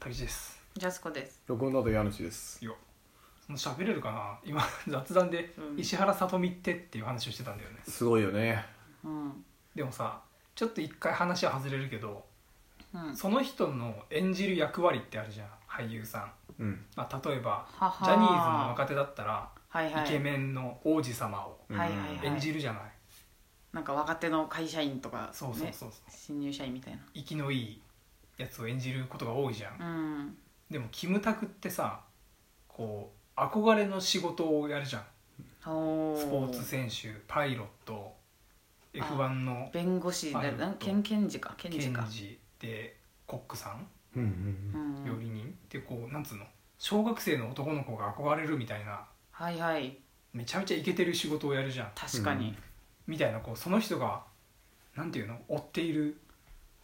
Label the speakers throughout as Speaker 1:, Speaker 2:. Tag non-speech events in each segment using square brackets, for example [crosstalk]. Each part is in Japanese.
Speaker 1: 滝地です
Speaker 2: ジャスコです。
Speaker 3: 録音など家主です。
Speaker 1: よその喋れるかな今 [laughs] 雑談で
Speaker 2: うん
Speaker 1: 石原さとみってっていう話をしてたんだよね
Speaker 3: すごいよね。
Speaker 2: うん。
Speaker 1: でもさちょっと一回話は外れるけど
Speaker 2: うん。
Speaker 1: その人の演じる役割ってあるじゃん俳優さん、
Speaker 3: うん。
Speaker 1: まあ、例えば
Speaker 2: は
Speaker 1: ジャニーズの若手だったら
Speaker 2: はいはい。
Speaker 1: イケメンの王子様を
Speaker 2: はいはいはい
Speaker 1: 演じるじゃない、
Speaker 2: なんか若手の会社員とか、ね、
Speaker 1: そうそうそうそう
Speaker 2: 新入社員みたい
Speaker 1: 生きのいいやつを演じることが多いじゃん、
Speaker 2: な。うん。
Speaker 1: でもキムタクってさこう憧れの仕事をやるじゃん
Speaker 2: お
Speaker 1: スポーツ選手パイロット
Speaker 2: あ
Speaker 1: F1 の
Speaker 2: 弁護士だ
Speaker 1: はい
Speaker 2: なん検検事か検事
Speaker 1: 検
Speaker 2: か。
Speaker 1: 事でコックさん
Speaker 3: うんうん
Speaker 2: う
Speaker 3: う。
Speaker 2: んん
Speaker 1: 料理人ってこうなんつうの小学生の男の子が憧れるみたいな
Speaker 2: はいはい。
Speaker 1: めちゃめちゃイケてる仕事をやるじゃん
Speaker 2: 確かに。
Speaker 1: みたいなこうその人がなんていうの追っている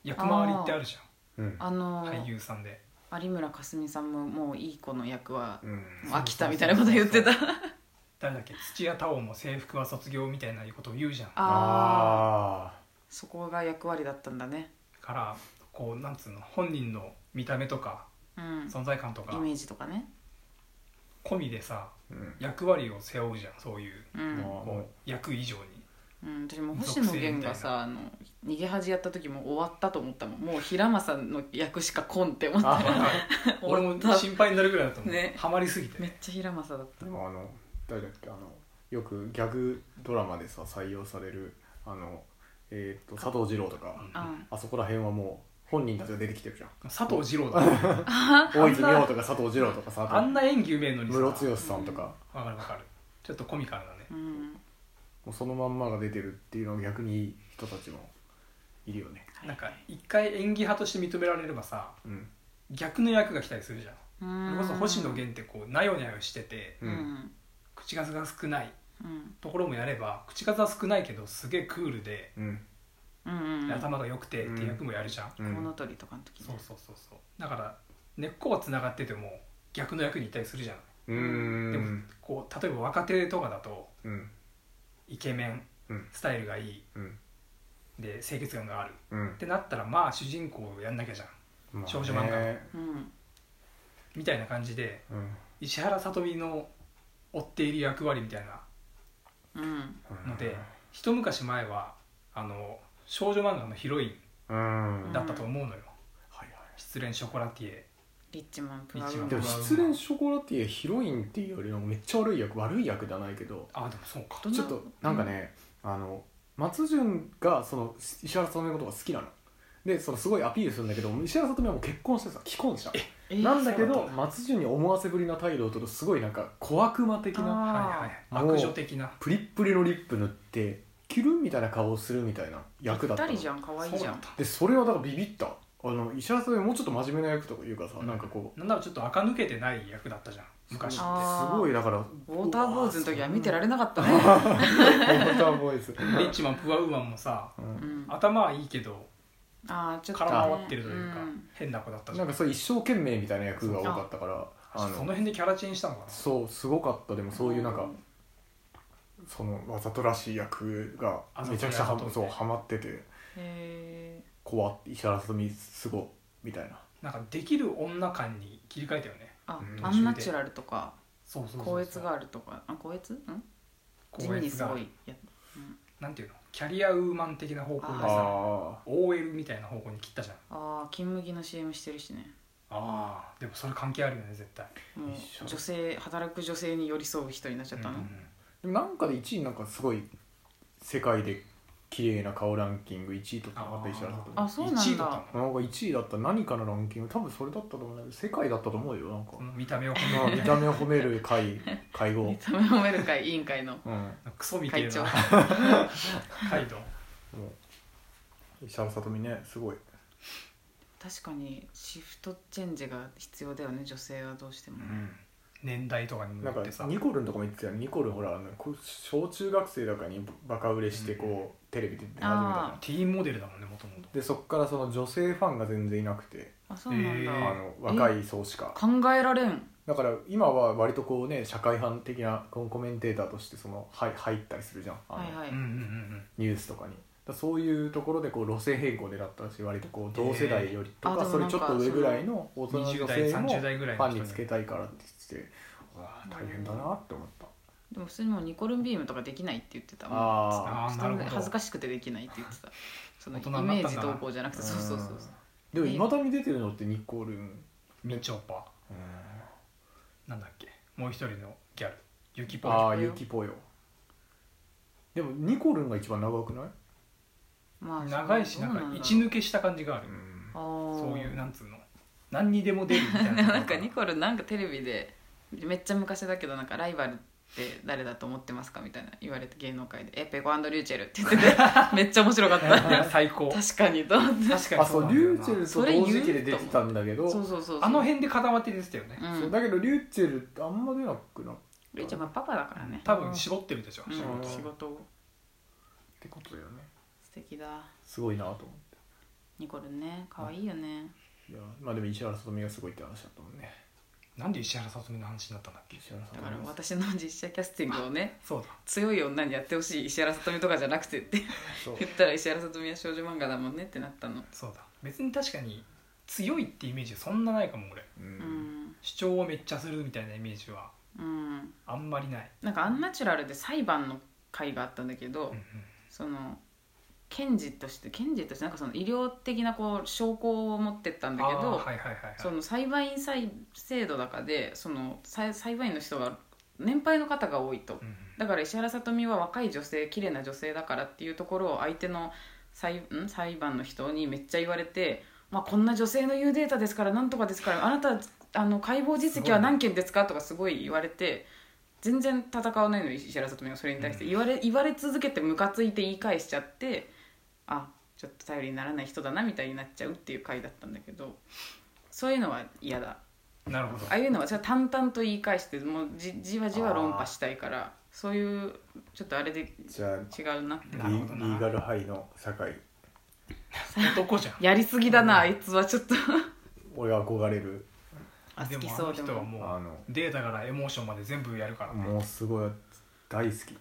Speaker 1: 役回りってあるじ
Speaker 3: うん。
Speaker 2: あ
Speaker 1: ゃん
Speaker 2: の
Speaker 1: 俳優さんで
Speaker 2: 有村架純さんももういい子の役は
Speaker 3: うん。
Speaker 2: もう飽きたみたいなこと言ってた。
Speaker 1: そう誰だっけ土屋太鳳も制服は卒業みたいなことを言うじゃんだ
Speaker 2: [laughs] ああ。
Speaker 3: あ
Speaker 2: そこが役割だったんだね。
Speaker 1: からこうなんつうの本人の見た目とか
Speaker 2: うん。
Speaker 1: 存在感とか
Speaker 2: イメージとかね。
Speaker 1: 込みでさ
Speaker 3: ー。うん。
Speaker 1: 役割を背負うじゃんそういう
Speaker 2: うん。
Speaker 3: も
Speaker 1: こう役以
Speaker 2: [laughs]
Speaker 1: 上に
Speaker 2: うん、私もう星野源がさあの逃げ恥やった時もう終わったと思ったもんもう平正の役しか来んって思った
Speaker 3: あ [laughs]
Speaker 1: 俺も
Speaker 2: 終わった
Speaker 1: 心配になるぐらいだと思う、
Speaker 2: ね
Speaker 1: ハマりすぎて
Speaker 2: めっちゃ平正だった
Speaker 3: でもあの誰だっけあのよくギャグドラマでさ採用されるあのえーっと佐藤二郎とか
Speaker 1: うん
Speaker 2: あ
Speaker 3: あそこら辺はもう本人たちが出てきてるじゃん。
Speaker 1: 佐藤二郎だ、
Speaker 2: [laughs]
Speaker 1: ね、
Speaker 3: 大泉洋とか佐藤二郎とかさ
Speaker 1: あん
Speaker 3: あ
Speaker 1: な演技うめえの
Speaker 3: と
Speaker 1: に
Speaker 3: ムロツヨシさんとか
Speaker 1: わかるわかるちょっとコミカルだね
Speaker 2: うん
Speaker 3: もうそのまんまが出てるっていうのが逆にいい人たちもいるよね。
Speaker 1: なんか一回演技派として認められればさ
Speaker 3: うん。
Speaker 1: 逆の役が来たりするじゃんそれこそ星野
Speaker 2: 源
Speaker 1: 源ってこうなよなよしてて
Speaker 2: う
Speaker 3: うん
Speaker 2: ん
Speaker 1: 口数が少ない
Speaker 2: うん
Speaker 1: ところもやれば口数は少ないけどすげえクールで
Speaker 3: うん。
Speaker 2: うんうん
Speaker 1: 頭が良くてっていう役もやるじゃん、
Speaker 3: う
Speaker 2: コウノ
Speaker 3: ん。
Speaker 2: トリとかの時ね
Speaker 1: そうそうそうそうだから根っこはつながってても逆の役にいたりするじゃん
Speaker 3: う
Speaker 1: でも
Speaker 3: ん。
Speaker 1: こう例えば若手とかだと
Speaker 3: うん。
Speaker 1: イケメン
Speaker 3: うん
Speaker 1: スタイルがいい
Speaker 3: うん。
Speaker 1: で清潔感がある
Speaker 3: うん
Speaker 1: っ。てなったらまあ主人公をやんなきゃじゃん
Speaker 3: まあね
Speaker 1: 少女漫画
Speaker 2: うん
Speaker 1: みたいな感じで
Speaker 3: うんうん
Speaker 1: 石原さとみの追っている役割みたいな
Speaker 2: うん
Speaker 1: ので一昔前はあの少女漫画のヒロイ
Speaker 3: うん
Speaker 1: ン
Speaker 3: は
Speaker 1: だったと思うのよ
Speaker 3: い
Speaker 1: 失恋ショコラティエ
Speaker 2: リッチマンプラウ
Speaker 1: リッチマ
Speaker 2: ン
Speaker 1: ン
Speaker 3: でも失恋ショコラティエヒロインっていうよりはめっちゃ悪い役悪い役じゃないけど
Speaker 1: あでもそうか
Speaker 2: どんな
Speaker 3: ちょっとなんかね、あの松潤がその石原さとみのことが好きなのでそのすごいアピールするんだけど石原さとみはもう結婚してさ既婚者
Speaker 2: えー
Speaker 3: なんだけ
Speaker 1: そう
Speaker 3: ど
Speaker 1: なんだ
Speaker 3: 松潤に思わせぶりな態度をとるとすごいなんか小悪魔的な
Speaker 2: あー
Speaker 1: はいはい
Speaker 3: もう
Speaker 1: 悪女的な
Speaker 3: プリップリのリップ塗ってキュルンみたいな顔をするみたいな役だった
Speaker 2: ぴ
Speaker 3: の
Speaker 2: りじゃん可愛いじゃん
Speaker 1: そうだっ
Speaker 3: でそれはだからビビったあの石原さとみもうちょっと真面目な役とかいうかさ、
Speaker 1: うん
Speaker 3: なんかこう
Speaker 1: たなんならちょっと垢抜けてない役だったじゃん昔って
Speaker 2: あー
Speaker 3: すごいだからウ
Speaker 2: ウォーターボーイズの時は見てら
Speaker 3: れ
Speaker 2: れなかったね
Speaker 3: ウォーターボーイズ、
Speaker 1: リッ [laughs] チマンプアウーマンもさ
Speaker 3: うん
Speaker 2: うん
Speaker 1: 頭はいいけど
Speaker 2: ああちょっとね
Speaker 1: 空回ってるというか
Speaker 2: ん
Speaker 1: 変な子だったじ
Speaker 3: な
Speaker 1: ゃ
Speaker 3: ん
Speaker 1: ん
Speaker 3: かそう一生懸命みたいな役が多かったからあ
Speaker 1: その
Speaker 3: の
Speaker 1: 辺でキャラチェンしたのかな
Speaker 3: そうすごかったでもそういうなんかそのわざとらしい役がめちゃくちゃ
Speaker 1: あざ
Speaker 3: は
Speaker 1: とい役
Speaker 3: そうハマってて
Speaker 2: へえ
Speaker 3: 怖っ石原さとみすごみたいな
Speaker 1: なんかできる女感に切り替えたよね
Speaker 2: あ
Speaker 3: うん
Speaker 2: アンナチュラルとか
Speaker 1: そうそうそうそう
Speaker 2: 光悦があるとかあ光悦うん地
Speaker 1: 光
Speaker 2: 味に
Speaker 1: 悦
Speaker 2: す
Speaker 1: が
Speaker 2: ごいや
Speaker 1: なんていうのキャリアウーマン的な方向で
Speaker 2: あ
Speaker 1: さ
Speaker 3: あ
Speaker 1: OL みたいな方向に切ったじゃん
Speaker 2: ああ金麦の CM してるしね
Speaker 1: あーでもそれ関係あるよね絶対
Speaker 2: も
Speaker 3: 一緒
Speaker 2: う女性働く女性に寄り添う人になっちゃったの、
Speaker 1: うん
Speaker 3: でもなんかで1位なんかすごい世界で綺麗な顔ランキング1位とかなかった石原さとみ
Speaker 2: あそうなんだ
Speaker 1: 1位だった
Speaker 3: なんか1位だった何かのランキング多分それだったと思うんだけど世界だったと思うよなんか
Speaker 1: のこの見た目を
Speaker 3: まあ見た目を褒める会会合
Speaker 2: [laughs] 見た目褒める会委員会の
Speaker 3: うんも
Speaker 1: クソみたいな [laughs]
Speaker 2: 会長
Speaker 1: 態度
Speaker 3: う石原さとみねすごい
Speaker 2: 確かにシフトチェンジが必要だよね女性はどうしても、
Speaker 1: 年代とかに向
Speaker 3: なんか
Speaker 1: ってさ
Speaker 3: ニコルンとかも言ってたよニコルンほらあのこう小中学生だからにバカ売れしてこう、テレビで出始めたじゃ
Speaker 2: あ
Speaker 3: ん
Speaker 1: ティーンモデルだもんねもともと
Speaker 3: でそっからその女性ファンが全然いなくて、
Speaker 2: あそうなんだ、
Speaker 1: えー
Speaker 3: あの若い層しか
Speaker 2: 考えられん
Speaker 3: だから今は割とこうね社会派的なこうコメンテーターとしてそのはい入ったりするじゃんあの、
Speaker 2: はいはい、
Speaker 1: うんうんうんうん
Speaker 3: ニュースとかにだそういうところでこう路線変更を狙ったし割とこう同世代よりと
Speaker 2: え
Speaker 3: か、
Speaker 2: ーあで
Speaker 3: そ
Speaker 2: も
Speaker 3: れ
Speaker 2: なん
Speaker 3: ちょ
Speaker 2: か
Speaker 3: っと上ぐらいの大人の
Speaker 1: 20
Speaker 3: 女
Speaker 1: 代
Speaker 3: 性も
Speaker 1: 30代ぐらい
Speaker 3: ファ
Speaker 1: の
Speaker 3: ン
Speaker 1: 人
Speaker 3: につけ
Speaker 1: に
Speaker 3: たいからって言っててうわー大変だなって思った、
Speaker 2: でも普通にもうニコルンビームとかできないって言ってたもん
Speaker 3: あ
Speaker 1: あーなるほど
Speaker 2: 恥ずかしくてできないって言ってたそ
Speaker 1: [laughs]
Speaker 2: の
Speaker 1: 大
Speaker 2: イ
Speaker 1: 人になったんだ
Speaker 2: メージどうこうじゃなく
Speaker 3: あ
Speaker 2: てそうそうそう
Speaker 3: でもいまだに出てるのってニコルン
Speaker 1: みちょぱなんだっけもう一人のギャルゆきぽ
Speaker 3: あ
Speaker 1: よ
Speaker 3: あゆきぽよでもニコルンが一番長くない、
Speaker 2: まあ
Speaker 1: 長いしなんか一抜けした感じがある
Speaker 2: そ
Speaker 1: そういう
Speaker 2: な
Speaker 1: なんつうの何にでも出るみたい
Speaker 2: んだ
Speaker 1: な
Speaker 2: あー [laughs] なんかニコルンなんかテレビでめっちゃ昔だけどなんかライバルって誰だと思ってますかみたいな言われて芸能界で「えペコリューチェル」って言っててめっちゃ面白
Speaker 1: [laughs]
Speaker 2: かった
Speaker 1: いや最高
Speaker 2: 確かにと思って
Speaker 1: 確か
Speaker 3: あ
Speaker 1: に
Speaker 3: そう
Speaker 1: なんだ
Speaker 3: リ
Speaker 1: よ
Speaker 3: ュ
Speaker 1: な
Speaker 3: ーチェルと同時期で出てたんだけど
Speaker 2: そうそうそうそう
Speaker 1: あの辺で固まって出てたよね
Speaker 2: う
Speaker 3: そうんだけどリューチェルってあんま出なくなっ
Speaker 2: ルイちゃんはパパだからね
Speaker 1: 多分絞ってるでしょ
Speaker 2: うん
Speaker 1: 仕事
Speaker 2: 仕事を
Speaker 3: てことだよね
Speaker 2: 素敵だ
Speaker 3: すごいなと思って
Speaker 2: ニコルンね可愛いよね
Speaker 3: いやまあでも石原さとみがすごいって話だったもんね
Speaker 1: なんで石原さとみの話になったんだっけ
Speaker 3: 石原さと
Speaker 2: だ
Speaker 3: み
Speaker 2: から私の実写キャスティングをね
Speaker 1: そうだ
Speaker 2: 強い女にやってほしい石原さとみとかじゃなくてって
Speaker 3: そう
Speaker 2: 言ったら石原さとみは少女漫画だもんねってなったの
Speaker 1: そうだ別に確かに強いってイメージそんなないかも俺
Speaker 3: う
Speaker 2: うんん
Speaker 1: 主張をめっちゃするみたいなイメージは
Speaker 2: うん
Speaker 1: あんまりない、
Speaker 2: なんかアンナチュラルで裁判の会があったんだけど、
Speaker 1: うんうん
Speaker 2: その検事として検事としてなんかその医療的なこう証拠を持ってったんだけ
Speaker 1: あ
Speaker 2: ど、
Speaker 1: ーはいはいはいはい
Speaker 2: その裁判員裁制度の中でその裁裁判員の人が年配の方が多いと
Speaker 1: うんうん
Speaker 2: だから石原さとみは若い女性綺麗な女性だからっていうところを相手の裁ん裁判の人にめっちゃ言われて、まあ、こんな女性の言うデータですからなんとかですからあなたあの解剖実績は何件ですかとかすごい言われて全然戦わないのに石原さとみがそれに対して言われ,、言われ続けてムカついて言い返しちゃってあちょっと頼りにならない人だなみたいになっちゃうっていう回だったんだけどそういうのは嫌だ
Speaker 1: なるほど
Speaker 2: ああいうのはじゃあ淡々と言い返してもうじじわじわ論破したいからそういうちょっとあれで
Speaker 3: じゃあ
Speaker 2: 違うなって
Speaker 3: リ
Speaker 1: なるほどな
Speaker 3: リーガルハイの酒井
Speaker 1: 男じゃん
Speaker 2: やりすぎだなあいつはちょっと
Speaker 3: 俺が憧れる
Speaker 2: あ好
Speaker 1: で
Speaker 2: き
Speaker 1: もあ
Speaker 2: そ
Speaker 1: の
Speaker 2: うで
Speaker 1: 人は
Speaker 2: も
Speaker 1: も
Speaker 3: あ
Speaker 1: う
Speaker 3: の
Speaker 1: データからエモーションまで全部やるからね
Speaker 3: もうすごい大好き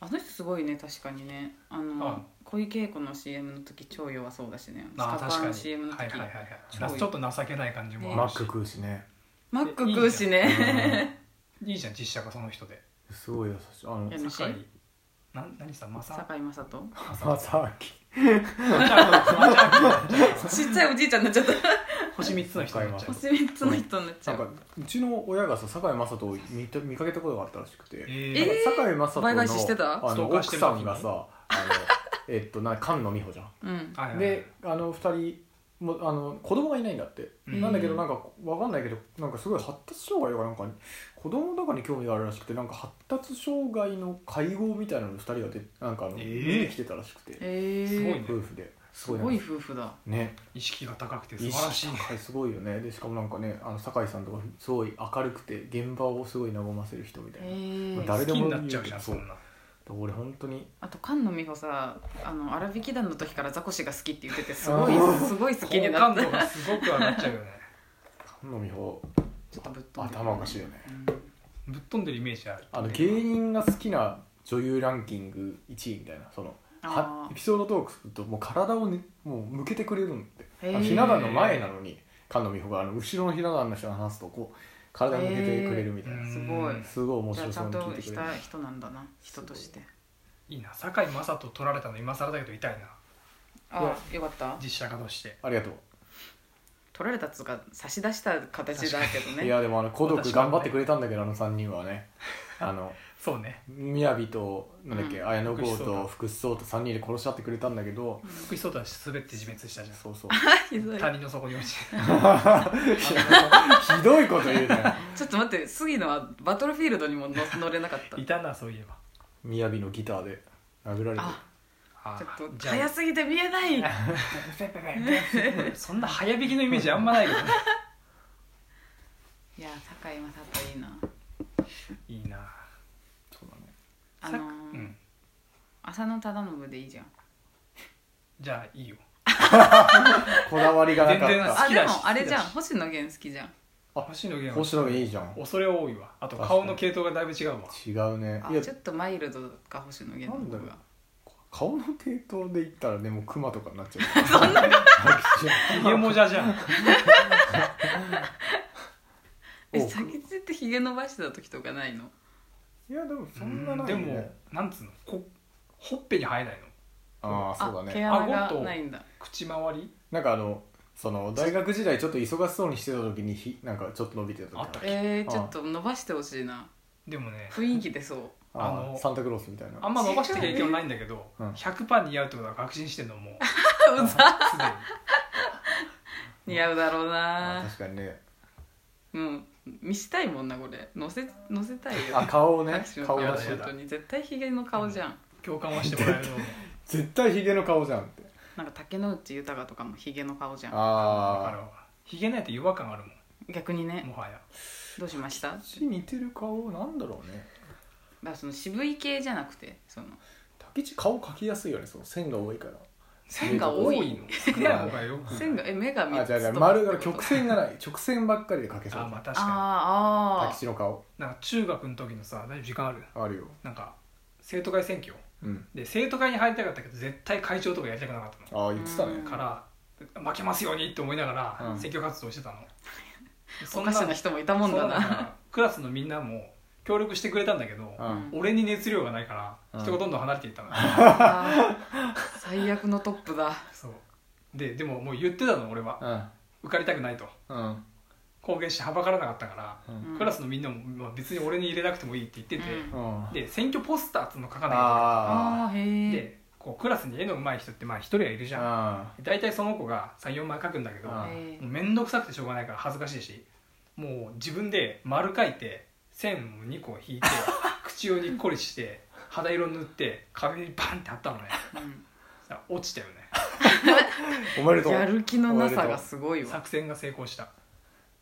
Speaker 2: あの人すごいね確かにねあの
Speaker 1: あ
Speaker 2: 小池栄子の CM の時超弱そうだしねス
Speaker 1: あ
Speaker 2: カ
Speaker 1: あ
Speaker 2: パ
Speaker 1: 確か
Speaker 2: ー
Speaker 1: に
Speaker 2: の CM の時、
Speaker 1: はいはいはい
Speaker 2: ち
Speaker 1: は
Speaker 2: ょ
Speaker 1: い
Speaker 2: い
Speaker 1: ちょっと情けない感じも
Speaker 2: ね
Speaker 1: あ
Speaker 3: マ
Speaker 1: る
Speaker 3: ッ
Speaker 1: し
Speaker 3: ク食うしね
Speaker 2: マック食うしね
Speaker 1: いいじゃん実写化その人です
Speaker 3: ごい優しいあの
Speaker 2: いや虫
Speaker 1: 酒井なん何さまさ
Speaker 2: 堺井雅人
Speaker 3: まさき
Speaker 2: ちっちゃいおじいちゃんになっちゃった
Speaker 1: 星三つの人になっちゃう
Speaker 2: 星3つの人になっち
Speaker 3: な
Speaker 2: ゃ
Speaker 3: んか
Speaker 2: う
Speaker 3: うちの親がさ堺雅人を見た見かけたことがあったらしくて、
Speaker 1: え
Speaker 2: えー
Speaker 3: 堺雅人の
Speaker 2: 倍返ししてた
Speaker 3: あ
Speaker 1: ストー
Speaker 3: の
Speaker 1: カー
Speaker 3: 奥
Speaker 1: してる
Speaker 3: さ
Speaker 1: 時に
Speaker 3: んがさあのえっとな菅野美穂じゃん、
Speaker 2: うん
Speaker 1: ー
Speaker 3: であの2人もあの子供がいないんだって、
Speaker 1: うん
Speaker 3: なんだけどなんかわかんないけどなんかすごい発達障害とかなんか子供の中に興味があるらしくてなんか発達障害の会合みたいなのに2人がでなんかあの、
Speaker 1: えー
Speaker 3: 見に来てたらしくて
Speaker 2: えー、
Speaker 1: すごいね
Speaker 3: 夫婦です
Speaker 2: す
Speaker 3: ごい
Speaker 2: ごい
Speaker 3: ね
Speaker 2: 夫婦だ
Speaker 3: ね
Speaker 1: 意識が高くて素
Speaker 3: 意
Speaker 1: 晴ら
Speaker 3: 識
Speaker 1: しいね
Speaker 3: 高いすごいよねでしかもなんかねあの酒井さんとかすごい明るくて現場をすごい和ませる人みたい
Speaker 2: えー、
Speaker 3: な、
Speaker 1: 好
Speaker 3: 誰
Speaker 1: き
Speaker 3: でも
Speaker 1: に
Speaker 3: いい
Speaker 1: なっちゃうじゃん
Speaker 3: そ
Speaker 1: そう
Speaker 3: だ
Speaker 1: んな
Speaker 3: 俺本当に
Speaker 2: あと菅野美穂さあの荒引き団の時からザコシが好きって言っててすごいすごい好きに
Speaker 1: 好
Speaker 2: な
Speaker 1: 感
Speaker 2: った
Speaker 1: 度がすごく上がっちゃうよね
Speaker 3: 菅野美穂
Speaker 2: ちょっとぶっ飛んでる
Speaker 3: 頭おかしいよね
Speaker 1: ぶっ飛んでるイメージある
Speaker 3: あの芸人が好きな女優ランキング1位みたいなそのは
Speaker 2: あー
Speaker 3: エピソードトークするともう体を、ね、もう向けてくれるんってあ
Speaker 2: へー
Speaker 3: のひな壇の前なのに菅野美穂があの後ろのひな壇の人が話すとこう体を向けてくれるみたいな、
Speaker 1: うん
Speaker 2: すごい
Speaker 3: すごい面
Speaker 2: じゃあ
Speaker 3: 白
Speaker 2: ち
Speaker 3: そ
Speaker 2: ゃ
Speaker 3: うん
Speaker 2: と
Speaker 3: に聞いて
Speaker 2: し
Speaker 3: くれる
Speaker 2: た人なんだな人として
Speaker 1: いいな堺雅人取られたの今更だけど痛いな
Speaker 2: ああよかった
Speaker 1: 実写化として
Speaker 3: ありがとう
Speaker 2: 取られたっつうか差し出した形だけど
Speaker 3: い
Speaker 2: ね
Speaker 3: やでもあの孤独頑張ってくれたんだけどあの3人はねあの
Speaker 1: そうね
Speaker 3: 雅となんだっけ、
Speaker 2: う
Speaker 3: 綾野剛
Speaker 1: 福士蒼
Speaker 3: と
Speaker 1: 汰
Speaker 3: 福士蒼汰3人で殺し合ってくれたんだけど
Speaker 1: 福士蒼汰は滑って自滅したじゃん
Speaker 3: そう
Speaker 2: [laughs]
Speaker 3: そう
Speaker 2: [laughs] ひどい
Speaker 1: 谷の底に落ちて
Speaker 3: ひどいこと言うね
Speaker 2: ちょっと待って杉野はバトルフィールドにもの乗れなか
Speaker 3: [laughs]
Speaker 2: った
Speaker 1: いたなそういえば
Speaker 3: 雅のギターで殴られて
Speaker 2: あ
Speaker 1: あ
Speaker 2: ちょっ
Speaker 1: ー
Speaker 2: と
Speaker 1: じゃあ
Speaker 2: 早すぎて見えない
Speaker 1: [laughs] そんな早引きのイメージあんまないけど
Speaker 3: [laughs]
Speaker 1: ね
Speaker 2: いや堺雅人いいない
Speaker 1: いな
Speaker 3: そうだね
Speaker 2: あのー
Speaker 1: うん
Speaker 2: 浅野忠信でいいじゃん
Speaker 1: じゃあいいよ
Speaker 3: こだわりがなかっ
Speaker 1: 全然
Speaker 3: た
Speaker 1: 好
Speaker 2: あ
Speaker 1: き
Speaker 2: で
Speaker 1: だし
Speaker 2: もあれじゃん
Speaker 1: 好き
Speaker 2: 星野源好きじゃん
Speaker 1: 星野源は
Speaker 3: 星野源いいじゃん
Speaker 1: 恐れ多いわあと顔の系統がだいぶ違うわ
Speaker 3: 違うね
Speaker 2: あ
Speaker 3: いや
Speaker 2: ちょっとマイルドか星野源の
Speaker 3: なんだ
Speaker 2: 方
Speaker 3: ろう
Speaker 2: が
Speaker 3: こ顔の系統で言ったらねもうクマとかになっちゃうそんな
Speaker 1: ヒゲもじゃじゃん
Speaker 2: えサギチってひげ伸ばしてた時とかないの
Speaker 3: [laughs] いやでもそんな
Speaker 1: うん
Speaker 3: ない
Speaker 1: で
Speaker 3: よ
Speaker 1: も
Speaker 3: ね
Speaker 1: なんつうのこほっぺに生えないの
Speaker 3: ああそうだ
Speaker 2: あ毛
Speaker 3: ね
Speaker 2: 穴
Speaker 1: 顎
Speaker 2: が
Speaker 1: と
Speaker 2: ないんだ
Speaker 1: 口周り
Speaker 3: なんかあのその大学時代ちょっと忙しそうにしてた時にひなんかちょっと伸びてた時
Speaker 1: あったっけ
Speaker 2: えー、
Speaker 3: あ
Speaker 2: ちょっと伸ばしてほしい
Speaker 3: [laughs]
Speaker 2: な
Speaker 1: でもね
Speaker 2: 雰囲気出そう
Speaker 3: あ
Speaker 1: あの
Speaker 3: のサンタクロースみたいな
Speaker 1: あんま伸ばした経験はないんだけど、
Speaker 3: うん
Speaker 1: 100%似合うってことは確信してんの
Speaker 3: [laughs]
Speaker 1: もう
Speaker 2: うざ
Speaker 1: すでに
Speaker 2: 似合うだろう
Speaker 3: あー
Speaker 2: な
Speaker 3: 確かにね
Speaker 2: うん見したいもんなこれ乗せ乗せたいよ
Speaker 3: あ顔をね
Speaker 2: 拍手の
Speaker 3: 顔
Speaker 2: 顔
Speaker 3: 出
Speaker 2: 本
Speaker 3: してた
Speaker 2: 当に絶対ヒゲの顔じゃん、
Speaker 1: 共感はしてもらえるのも
Speaker 3: 絶対ヒゲの顔じゃんって
Speaker 2: なんか竹野内豊とかもヒゲの顔じゃん
Speaker 1: だか
Speaker 3: [laughs] ああ
Speaker 1: らひげないと違和感あるも
Speaker 2: 逆に
Speaker 1: ん
Speaker 2: ね
Speaker 1: もはや
Speaker 2: どうしました
Speaker 3: 似てる顔なんだろうね
Speaker 2: まあその渋い系じゃなくてその
Speaker 3: 竹内顔描きやすいよねその線が多いから
Speaker 2: 線が多い
Speaker 1: の少ない方がよく
Speaker 2: [laughs] 線がえ目が
Speaker 3: あ
Speaker 2: 3
Speaker 3: じゃあ
Speaker 2: つ
Speaker 3: じゃ
Speaker 2: とか
Speaker 3: 丸が曲線がない直線ばっかりで描けそう
Speaker 1: あまあ確か
Speaker 2: あ
Speaker 3: 竹
Speaker 2: ー
Speaker 3: 内の顔
Speaker 1: になんか中学の時のさ大丈夫時間ある
Speaker 3: あるよ
Speaker 1: なんか生徒会選挙
Speaker 3: うん
Speaker 1: で生徒会に入りたかったけど絶対会長とかやりたくなかったの
Speaker 3: ああ言ってたね
Speaker 2: うん
Speaker 1: から負けますようにって思いなが
Speaker 3: う
Speaker 1: ら
Speaker 3: ん
Speaker 1: 選挙活動してたの、
Speaker 2: あ
Speaker 1: そ
Speaker 2: お
Speaker 1: ん
Speaker 2: か
Speaker 1: な
Speaker 2: しな人もいたもんだ
Speaker 1: そ
Speaker 2: な
Speaker 1: 中クラスのみんなも協力してくれたんだけど、
Speaker 3: う
Speaker 2: うん
Speaker 3: ん
Speaker 1: 俺に熱量がないか
Speaker 3: うん
Speaker 1: ら人がどんどん離れていったの、
Speaker 2: あー最悪のトップだ
Speaker 1: そうででももう言ってたの俺は
Speaker 3: うん
Speaker 1: 受かりたくないと
Speaker 3: うん
Speaker 1: 公言してはばからなかったから、
Speaker 3: うん
Speaker 2: ん
Speaker 1: クラスのみんなも、まあ、別に俺に入れなくてもいいって言ってて、
Speaker 2: うん
Speaker 3: あ
Speaker 1: で選挙ポスターっていうの書かな
Speaker 3: あ
Speaker 2: あー
Speaker 1: いと
Speaker 2: へえ
Speaker 1: でこうクラスに絵の上手い人ってまあ一人はいるじゃん
Speaker 3: あ
Speaker 1: 大体その子が34枚書くんだけど
Speaker 3: あ
Speaker 1: も
Speaker 2: へ
Speaker 1: う面倒くさくてしょうがないから恥ずかしいしもう自分で丸書いて線を2個引いて口をにっこりして肌色塗って壁にバンって貼ったのね
Speaker 2: えうん
Speaker 1: そしたら落ちたよね
Speaker 3: おめでとう
Speaker 2: やる気のなさがすごいわ
Speaker 1: 作戦が成功した